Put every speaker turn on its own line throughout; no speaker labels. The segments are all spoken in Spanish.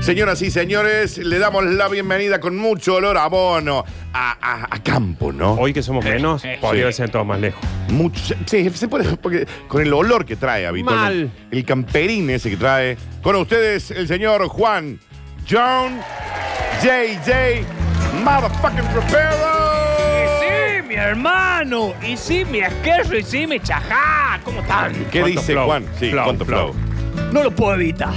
Señoras y señores, le damos la bienvenida con mucho olor a bono, a, a- a campo, ¿no?
Hoy que somos menos, podría ser todo más lejos.
Mucho- sí, se puede, porque con el olor que trae habitualmente.
Mal.
El camperín ese que trae. Con ustedes, el señor Juan John JJ Motherfucking Trapero.
Sí, mi hermano. Y sí, mi esquerro. Y sí, mi chajá. ¿Cómo están?
¿Qué
¿Cuánto
dice
flow?
Juan? Sí,
Flow,
cuánto
flow.
flow.
No lo puedo evitar.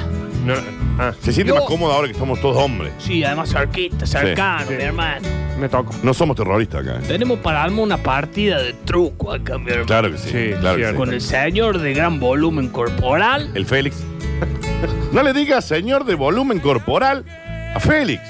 No, ah,
Se siente
Yo-
más cómodo ahora que estamos todos hombres.
Sí, además cerquita, cercano,
sí.
mi hermano.
me toco.
No somos terroristas acá. ¿eh?
Tenemos para alma una partida de truco acá, mi hermano.
Claro que sí.
Sí,
claro que
cierto.
sí.
Con el señor de gran volumen corporal.
El Félix. No le digas señor de volumen corporal a Félix.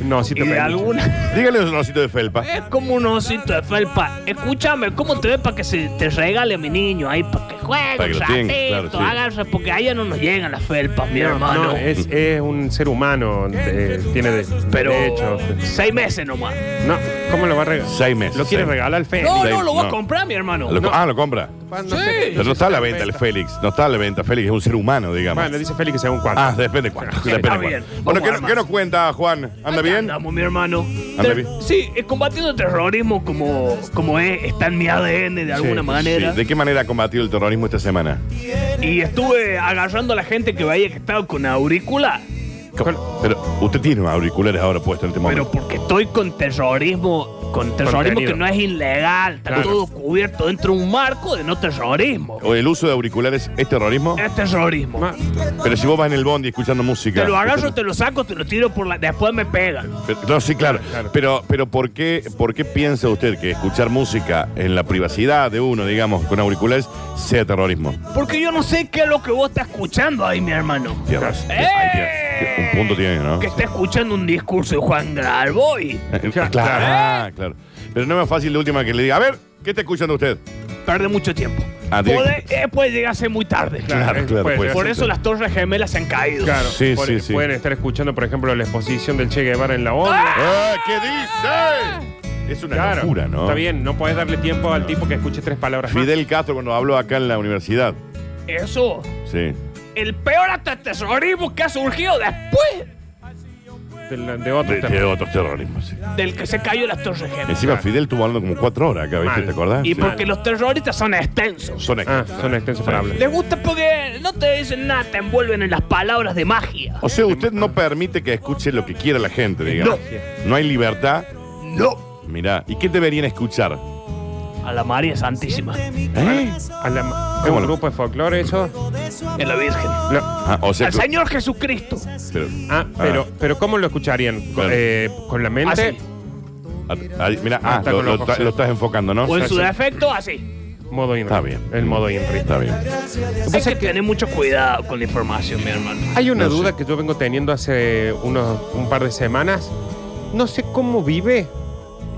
No, si te
Y de
pedí.
alguna.
Dígale un osito de felpa.
Es como un osito de felpa. Escúchame, ¿cómo te ve para que se te regale a mi niño ahí? Para que juegue
Para que
un
lo tenga,
ratito,
claro, sí.
agarra, porque allá no nos llegan las felpas, mi hermano.
No, es, es un ser humano. eh, tiene de,
Pero
derechos.
seis meses nomás.
No, ¿cómo lo va a regalar?
Seis meses,
¿Lo quiere
seis.
regalar al Félix?
No,
Seis-
no, lo voy
no.
a comprar, mi hermano.
Lo co- Ah, lo compra.
No sé.
Pero no está a la venta el Félix. No está a la venta. Félix es un ser humano, digamos.
Bueno, dice Félix que según cuánto.
Ah, depende cuánto.
Sí,
depende
está
cuánto.
bien.
Bueno,
Vamos
¿qué,
a armar.
qué nos cuenta, Juan? ¿Anda
Acá
bien?
Andamos, mi hermano.
Anda
Ter-
bien.
Sí, eh, combatiendo terrorismo como, como es, está en mi ADN de alguna manera.
Sí. ¿De qué manera ha combatido el terrorismo esta semana?
Y estuve agarrando a la gente que veía que estaba con aurícula,
¿Cómo? Pero usted tiene unos auriculares ahora puestos en este
pero
momento.
porque estoy con terrorismo, con terrorismo
Contenido.
que no es ilegal, está
Claro.
todo cubierto dentro de un marco de no terrorismo.
¿O el uso de auriculares es terrorismo?
Es terrorismo.
Ma-
Pero si vos vas en el bondi escuchando música.
Te lo agarro,
usted-
te lo saco, te lo tiro por la. Después me pegan.
Pero- No, sí, claro.
Claro.
Pero, pero ¿por, qué, ¿por qué piensa usted que escuchar música en la privacidad de uno, digamos, con auriculares, sea terrorismo?
Porque yo no sé qué es lo que vos estás escuchando ahí, mi hermano.
Tierras.
¡Eh!
Ay, tierras. Un punto tiene, ¿no?
Que está escuchando un discurso de Juan Galboy.
Claro, ah, claro. Pero no es más fácil la última que le diga, a ver, ¿qué está escuchando usted?
Pierde mucho tiempo.
Ah, tiene-
Puede, eh, puede llegar a ser muy tarde.
Claro,
eh,
claro,
puede
puede
llegar
ser.
Por
a
eso las torres gemelas se han caído.
Claro,
Sí,
por-
sí, sí.
pueden estar escuchando, por ejemplo, la exposición del Che Guevara en la ONU.
¡Ah,
Ah.
¿Qué dice? Es una
Claro,
locura, ¿no?
Está bien, no puedes darle tiempo al tipo que escuche tres palabras más.
Fidel Castro cuando habló acá en la universidad.
Eso,
Sí.
el peor hasta terrorismo que ha surgido después
De, la- de otro
De,
tema.
de otros terrorismos, sí.
del que se cayó las torres gemelas.
Encima Fidel estuvo hablando como cuatro horas acá, ¿viste?
Mal.
¿Te acordás?
Y
Sí.
porque los terroristas son extensos.
Son
Ah,
extras.
son extensos para hablar.
Les gusta porque no te dicen nada, te envuelven en las palabras de magia.
O sea, usted no permite que escuche lo que quiera la gente, digamos. No. hay libertad. No. Mirá, ¿y qué deberían escuchar?
A la María Santísima,
¿Eh?
A la- ¿Es
¿Cómo
un
lo-
grupo de folclore eso?
a la Virgen,
No.
Ah, o sea,
al Señor Jesucristo.
pero-
Ah, pero, pero ¿cómo lo escucharían? ¿Con,
Claro.
eh, con la mente?
Así.
ah, ah, mirá, ah,
Está
lo,
con
lo
los ojos,
está- lo
sí.
estás enfocando, ¿no?
O en su
sí.
defecto, así.
Modo Inri.
Está bien.
El modo Inri.
Está bien.
Hay que tener mucho cuidado con la información, mi hermano.
Hay una
No sé.
duda que yo vengo teniendo hace unos, un par de semanas. No sé cómo vive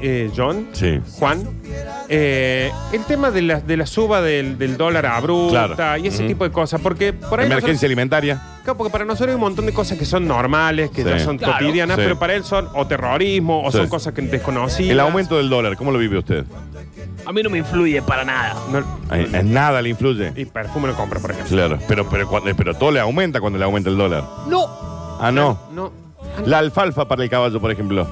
eh, John,
Sí.
Juan, eh, el tema de la, de la suba del, del dólar abrupta
Claro.
y ese
Ujú.
tipo de cosas. Porque por ahí
Emergencia
nosotros-
alimentaria.
Claro, porque para nosotros hay un montón de cosas que son normales, que
Sí.
ya son
Claro.
cotidianas,
Sí.
pero para él son o terrorismo o
Sí.
son cosas que desconocidas.
El aumento del dólar, ¿cómo lo vive usted?
A mí no me influye para nada.
No-
En en nada le influye.
y perfume no compra, por ejemplo.
Claro, pero, pero, cuando- pero todo le aumenta cuando le aumenta el dólar.
No,
Ah, no.
No,
La alfalfa para el caballo, por ejemplo.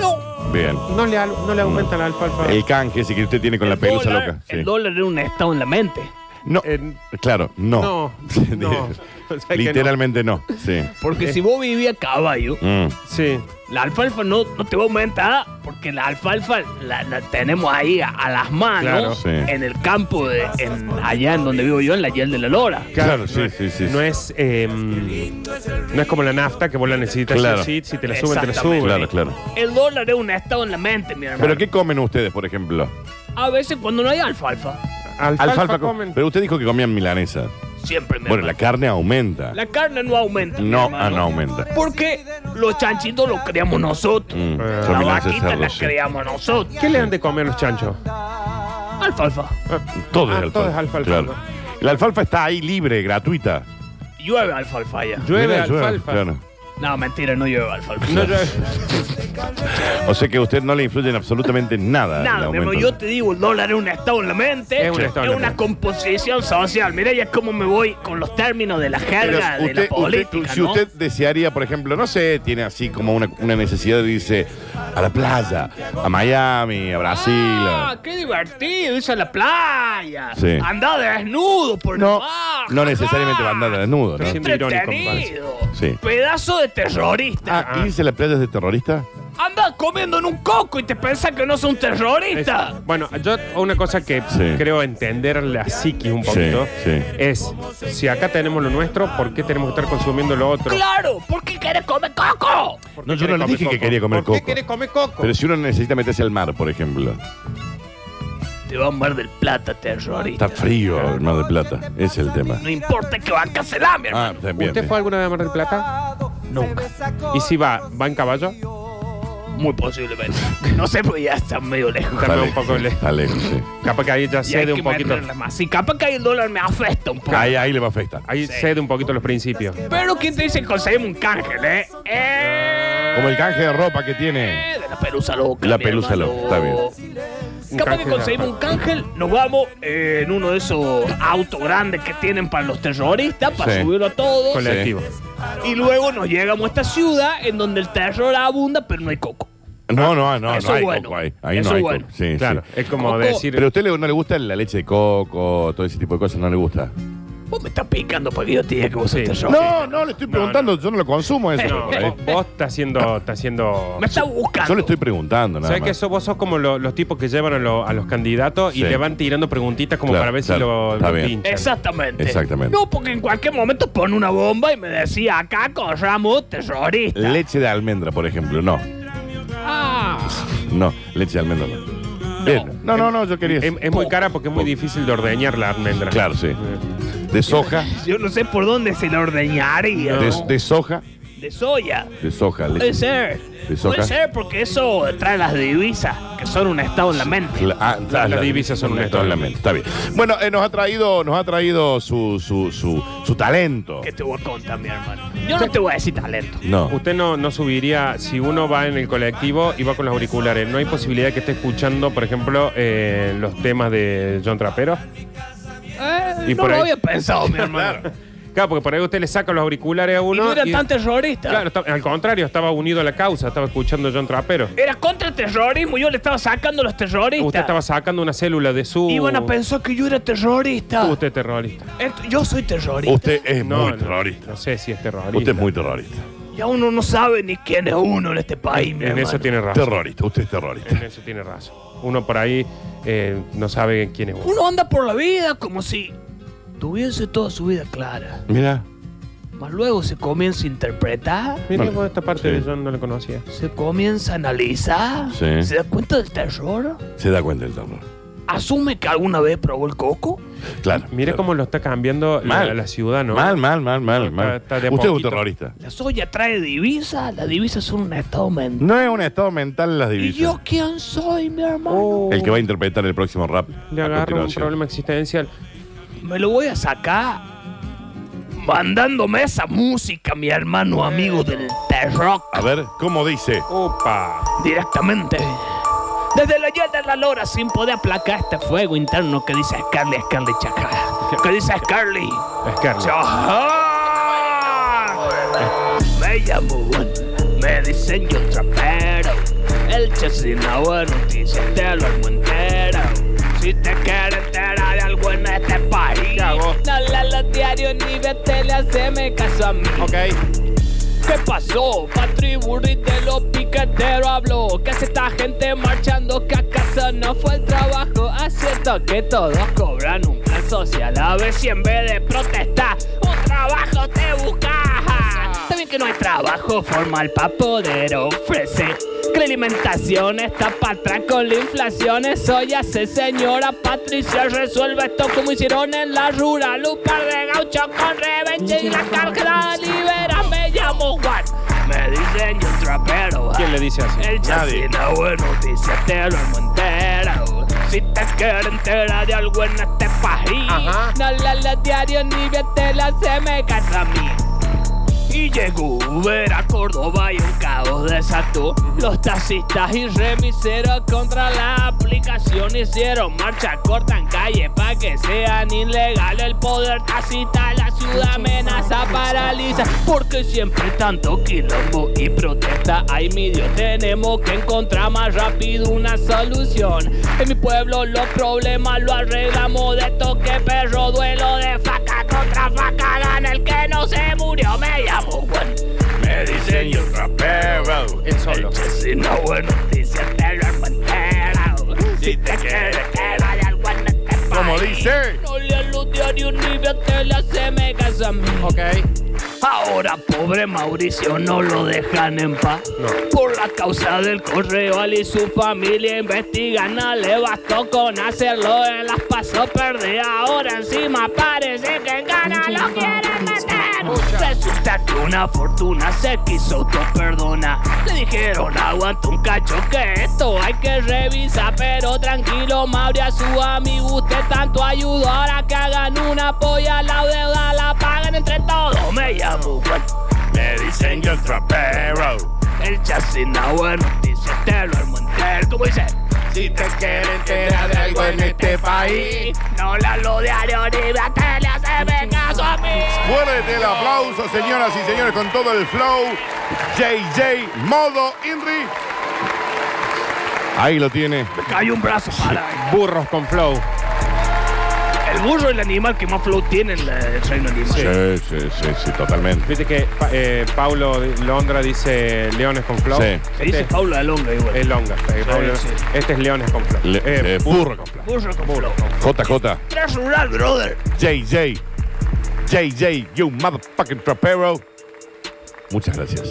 no.
Bien.
no le, al- no le aumenta la alfalfa.
El canje, ese que usted tiene con la
El
pelusa
dólar-
loca. Sí.
El dólar era un estado en la mente.
No.
En-
Claro, no.
eh. No, no. O sea que
Literalmente no. Sí.
Porque si vos vivías a caballo,
Mm.
Sí.
la alfalfa no, no te va a aumentar porque la alfalfa la, la tenemos ahí a, a las manos
Claro. Sí.
en el campo, de, en- allá en donde vivo yo, en la Yel de la Lora.
Claro, sí,
no es-
sí, sí.
No es, eh, no es como la nafta que vos la necesitas.
Claro.
sí o sí, si te la suben, te la suben.
Exactamente.
Claro, claro.
El dólar es un estado en la mente, mi hermano.
¿Pero qué comen ustedes, por ejemplo?
A veces cuando no hay alfalfa,
Alfalfa,
co-
comen.
Pero usted dijo que comían milanesa.
siempre me
Bueno, la carne aumenta.
La carne no aumenta. mi
No,
hermano.
ah, no aumenta.
Porque los chanchitos los creamos nosotros.
Mm,
Eh,
son
La
milanesas de
vaquita
cerdo,
la
sí.
creamos nosotros.
¿Qué le han de comer los chanchos?
Alfalfa.
Todo es
Ah,
alfalfa.
todo es alfalfa.
Claro. La alfalfa está ahí libre, gratuita.
Llueve alfalfa ya.
Llueve
Mirá,
alfalfa.
claro.
No, mentira, no llueve alfalfa.
O sea que a usted no le influye en absolutamente nada. el
Nada, mi amor,
aumento.
yo te digo, el dólar es un estado en la mente,
Es un estado en la
una
mente.
composición social. Mira ya cómo me voy con los términos de la
Pero
jerga de la
usted- usted-
política,
si
¿no?
usted desearía, por ejemplo, no sé, tiene así como una, una necesidad, dice, a la playa, a Miami, a Brasil.
Ah,
a-
qué divertido, irse a la playa.
Sí.
Andar desnudo por
No,
debajo,
no necesariamente
ah,
va a andar desnudo, ¿no?
qué
Siempre irónico, me
entretenido.
parece. Sí.
Pedazo de terrorista.
Ah, ¿irse a la playa es de terrorista?
Andas comiendo en un coco y te pensás que no sos un
Es-
terrorista.
bueno, yo una cosa que
Sí.
creo entender la psiquis un poquito
sí.
es si acá tenemos lo nuestro, ¿por qué tenemos que estar consumiendo lo otro?
Claro, ¿por qué querés comer coco?
¿Por qué
No, yo no
querés
le dije
comer
que quería comer
¿Por qué
coco.
querés comer coco?
Pero si uno necesita meterse al mar, por ejemplo.
Te va a Mar del Plata, terrorista.
Está frío el Mar del Plata. Ese es el tema.
No importa que banca se la, mi hermano.
Ah, también.
¿Usted fue alguna vez a Mar del Plata?
Nunca.
¿Y si va, va en caballo? Ah.
Muy posiblemente. No sé, porque ya está medio lejos.
Está
Dame un
lejos,
poco el-
está lejos, sí.
Capaz que ahí ya
Y hay
cede
que
un poquito.
meterle más. Y capaz que ahí el dólar me afecta un poco.
Ahí, ahí le va a afectar.
Ahí cede un poquito los principios.
Pero ¿quién te dice que conseguimos un cángel, eh? eh
Como el canje de ropa que tiene.
de la pelusa loca.
La
mi
pelusa
hermano.
loca, está bien.
Un
Capaz que
cángel,
conseguimos un
ajá.
cángel, nos vamos eh, en uno de esos autos grandes que tienen para los terroristas, para
Sí.
subirlo a todos.
Colectivo.
Y luego nos llegamos a esta ciudad en donde el terror abunda, pero no hay coco.
No, no, no,
Eso
no hay
bueno.
coco ahí. Ahí
Eso
no hay
bueno.
coco. Sí, sí.
Claro, es como
Coco.
decir.
Pero a usted le- no le gusta la leche de coco, todo ese tipo de cosas, no le gusta.
Vos me estás picando para que yo te diga que vos sos
Sí.
terrorista.
No, no, le estoy preguntando, yo no lo consumo eso.
No,
por ahí.
Vos- Vos estás haciendo. Está haciendo
Me estás buscando.
Yo le estoy preguntando, nada
¿Sabes
más.
que eso, vos sos como lo- los tipos que llevan a, lo- a los candidatos y
Sí.
le van tirando preguntitas como
Claro,
para ver si
claro,
lo,
está
lo
bien.
pinchan?
Exactamente.
Exactamente.
No, porque en cualquier momento pone una bomba y me decía, acá corramos terrorista.
Leche de almendra, por ejemplo, no.
Ah.
No, leche de almendra no. Bien. No, no, no, yo quería.
Es, es muy cara porque es muy difícil de ordeñar la almendra.
Pues-
Eh,
Claro, sí. De soja,
Yo no sé por dónde se la ordeñaría.
de,
¿no?
de soja,
De soya.
de soja, leche.
Puede ser.
¿De soja?
Puede ser porque eso trae las divisas, que son un estado en la mente.
Cla- ah,
Las
la-
divisas son un
la-
estado.
la mente, Está bien. Bueno, eh, nos ha traído, nos ha traído su, su, su, su talento.
Que te voy a contar, mi hermano. Yo no te voy a decir talento.
No.
Usted no, no subiría, si uno va en el colectivo y va con los auriculares, ¿no hay posibilidad de que esté escuchando, por ejemplo, eh, los temas de John Trapero?
y
Y
Eh, no
por
lo
ahí-
había pensado, mi hermano.
Claro. Claro, porque por ahí usted le saca los auriculares a
Y
uno.
no era
y-
tan terrorista.
Claro, está- al contrario, estaba unido a la causa, estaba escuchando John Trapero.
Era contra el terrorismo, yo le estaba sacando a los terroristas.
Usted estaba sacando una célula de su.
Iban a pensar que yo era terrorista.
Usted es terrorista.
Esto- yo soy terrorista.
Usted es
No,
muy
no,
terrorista.
No sé si es terrorista.
Usted es muy terrorista.
Ya uno no sabe ni quién es uno en este país, mi
En
hermano.
eso tiene razón.
Terrorista, usted es terrorista.
En eso tiene razón. Uno por ahí eh, no sabe quién es uno.
Uno anda por la vida como si tuviese toda su vida clara.
Mira.
Mas luego se comienza a interpretar,
Mira,
No.
vos esta parte
Sí.
yo no la conocía.
se comienza a analizar,
Sí.
se da cuenta del terror,
Se da cuenta del terror.
asume que alguna vez probó el coco.
Claro.
Mira
claro.
cómo lo está cambiando la-
Mal.
La, ciudad, ¿no?
Mal, mal, mal, mal,
Está-
mal.
está de a
Usted es un
poquito.
terrorista.
La soya trae divisas, las divisas son un estado mental.
No es un estado mental las
¿Y
divisas.
yo quién soy, mi hermano?
Oh,
El que va a interpretar el próximo rap.
Le
a
agarra un
continuación.
problema existencial.
Me lo voy a sacar mandándome esa música, mi hermano amigo del terror,
A ver, ¿cómo dice?
Opa.
directamente. Desde la llave de la lora, sin poder aplacar este fuego interno que dice Scarly, Scarly Chacara. Que dice Scarly.
Es Carlos.
Chacara. Me llamo Juan, me dicen yo trapero. El Chesinahua noticias te lo armo entero. Si te quieres enterar de algo en este país,
hago?
no leas los diarios ni ve tele, haceme caso a mí. ¿Qué pasó? Patri Burri de los piqueteros habló Que hace esta gente marchando que acaso no fue el trabajo Acierto que todos cobran un plan social A ver si en vez de protestar un trabajo te buscas Está bien que no hay trabajo formal para poder ofrecer Que la alimentación está para atrás con la inflación Eso ya sé señora Patricia resuelve esto como hicieron en la rural Un par de gauchos con revancha y la carga libera Me llamo Juan, me dicen yo trapero ah.
¿Quién le dice así?
el
Nadie.
chacina bueno dice te lo armo entero. Si te quieres enterar de algo en este país,
Ajá.
no leas los diarios ni vete la se me casa a mí. Y llegó Uber a Córdoba y un caos desató. Los taxistas y remiseros contra la aplicación hicieron marcha, cortan calle para que sean ilegales. El poder taxista la ciudad amenaza, paraliza. Porque siempre tanto quilombo y protesta. Ay, mi Dios, tenemos que encontrar más rápido una solución. En mi pueblo los problemas lo arreglamos de toque, perro, duelo de faca contra faca. Gana el que no se murió, me llamo Juan. Me dicen yo rapero.
Él solo.
Che, Si no buena noticia te lo encuentro. Si te quieres que vaya al Juan de este país.
Como dice.
No le aludió ni un nivel, te la se me casa a mí.
Ok.
Ahora pobre Mauricio no lo dejan en paz.
No.
Por la causa del correal y su familia investigan. No le bastó con hacerlo en las pasos perdí. Ahora encima parece que en gana lo quieren meter. Resulta que una fortuna se quiso autoperdona. Le dijeron aguanta un cacho que esto hay que revisar. Pero tranquilo Mauri a su amigo usted tanto ayudó. Ahora que hagan una polla la deuda la pagan entre todos. Me llamo Juan,
Me dicen yo el trapero.
el chasis no bueno, dice te lo armo entero. Como dice,
Si te quieres enterar de algo en este país.
no la lo diario ni la tele se me caso a mí.
Fuerte el aplauso, señoras y señores, con todo el flow. JJ, modo Inri. Ahí lo tiene.
Hay un brazo para
Burros con flow.
el burro el animal que más flow tiene en la- el reino animal.
Sí, sí, sí, sí, totalmente.
Viste que pa- eh, Paulo de- Londra dice leones con flow.
Sí.
Se dice
Este
Paula Longa igual.
es Longa. eh, Paulo-
sí.
Este es leones con flow.
Le-
Eh,
eh, burro con
flow.
burro con flow.
JJ,
Tres rural, brother.
JJ, JJ, you motherfucking trapero. Muchas gracias.